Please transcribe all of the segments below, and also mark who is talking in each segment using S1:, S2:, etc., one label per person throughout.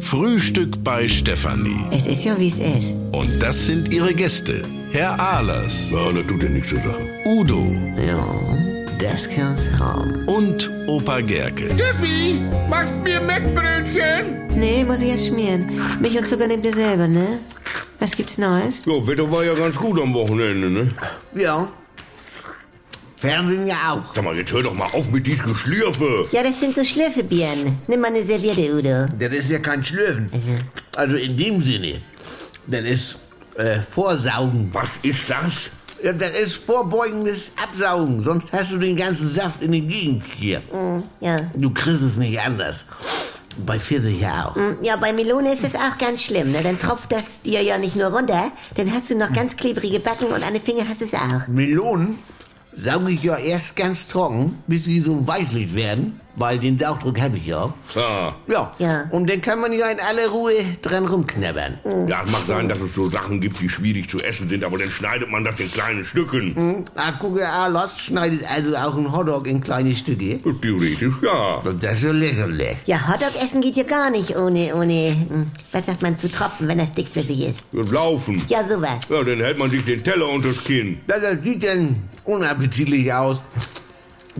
S1: Frühstück bei Stefanie.
S2: Es ist ja, wie es ist.
S1: Und das sind ihre Gäste. Herr Ahlers,
S3: Ja, das tut ja nichts zur Sache.
S1: Udo
S2: Ja, das kann's haben.
S1: und Opa Gerke.
S4: Steffi, machst mir Mettbrötchen?
S2: Nee, muss ich erst schmieren. Milch und Zucker nehmt ihr selber, ne? Was gibt's Neues?
S3: Ja, Wetter war ja ganz gut am Wochenende, ne?
S5: Ja. Fernsehen ja auch.
S3: Sag mal, jetzt hör doch mal auf mit diesem Geschlürfe.
S2: Ja, das sind so Schlürfebieren. Nimm mal eine Serviette, Udo.
S5: Das ist ja kein Schlürfen. Also in dem Sinne, das ist äh, Vorsaugen.
S3: Was ist das?
S5: Ja, das ist vorbeugendes Absaugen. Sonst hast du den ganzen Saft in den Gegend hier.
S2: Hm, ja.
S5: Du kriegst es nicht anders. Bei Pfirsich ja auch.
S2: Hm, Ja, bei Melone ist es auch ganz schlimm, ne? Dann tropft das dir ja nicht nur runter, dann hast du noch ganz klebrige Backen und an den Fingern hast du es auch.
S5: Melonen sauge ich ja erst ganz trocken, bis sie so weißlich werden, weil den Saugdruck habe ich ja.
S3: Ah,
S5: Ja.
S2: Ja.
S5: Und dann kann man ja in aller Ruhe dran rumknabbern.
S3: ja, es mag sein, dass es so Sachen gibt, die schwierig zu essen sind, aber dann schneidet man das in kleine Stücken.
S5: Ah, gucke, Alos schneidet also auch einen Hotdog in kleine Stücke.
S3: Theoretisch ja.
S5: Und Das ist ja lächerlich.
S2: Ja, Hotdog essen geht ja gar nicht ohne, ohne, hm, was sagt man, zu tropfen, wenn das dickflüssig ist.
S3: Und laufen.
S2: Ja, sowas.
S3: Ja, dann hält man sich den Teller unter das Kinn.
S5: Das, das sieht dann unappetitlich aus.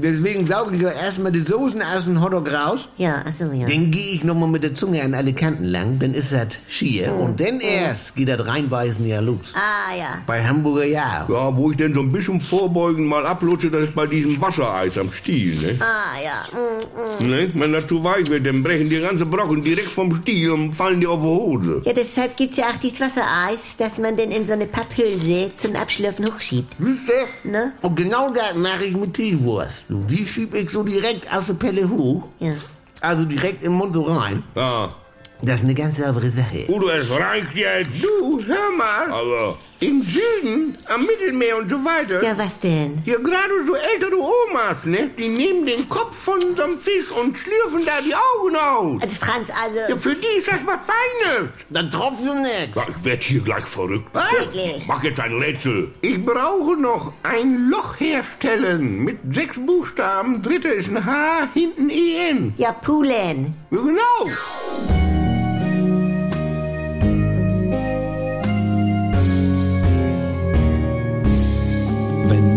S5: Deswegen sauge ich ja erstmal die Soßen aus dem Hotdog raus.
S2: Ja, ach so, ja.
S5: Dann gehe ich nochmal mit der Zunge an alle Kanten lang, dann ist das schier. Und dann erst geht das reinbeißen ja los.
S2: Ah, ja.
S5: Bei Hamburger ja. auch.
S3: Ja, wo ich denn so ein bisschen vorbeugen mal ablutsche, das ist bei diesem Wassereis am Stiel, ne?
S2: Ah, ja. Hm, hm.
S3: ne? Wenn das zu weich wird, dann brechen die ganzen Brocken direkt vom Stiel und fallen dir auf die Hose.
S2: Ja, deshalb gibt's ja auch dieses Wassereis, dass man denn in so eine Papphülse zum Abschlürfen hochschiebt.
S5: Siehst du?
S2: Ne?
S5: Und genau das mache ich mit Teewurst. Du, Die schieb ich so direkt aus der Pelle hoch.
S2: Ja.
S5: Also direkt im Mund so rein.
S3: Ja.
S5: Das ist eine ganz saubere Sache.
S3: Udo, es reicht jetzt.
S4: Du, hör mal,
S3: Aber,
S4: im Süden, am Mittelmeer und so weiter,
S2: Ja, was denn?
S4: hier gerade so ältere Omas, ne? Die nehmen den Kopf von so einem Fisch und schlürfen da die Augen aus.
S2: Also Franz,
S4: Ja,
S2: also
S4: für die ist das was Feines.
S5: Dann tropft sie nix.
S3: ja, ich werd hier gleich verrückt.
S2: wirklich.
S3: Mach jetzt ein Rätsel.
S4: Ich brauche noch ein Loch herstellen mit sechs Buchstaben. Dritter ist ein H, hinten EN.
S2: Ja, Pulen.
S4: Ja, Genau.
S6: Wenn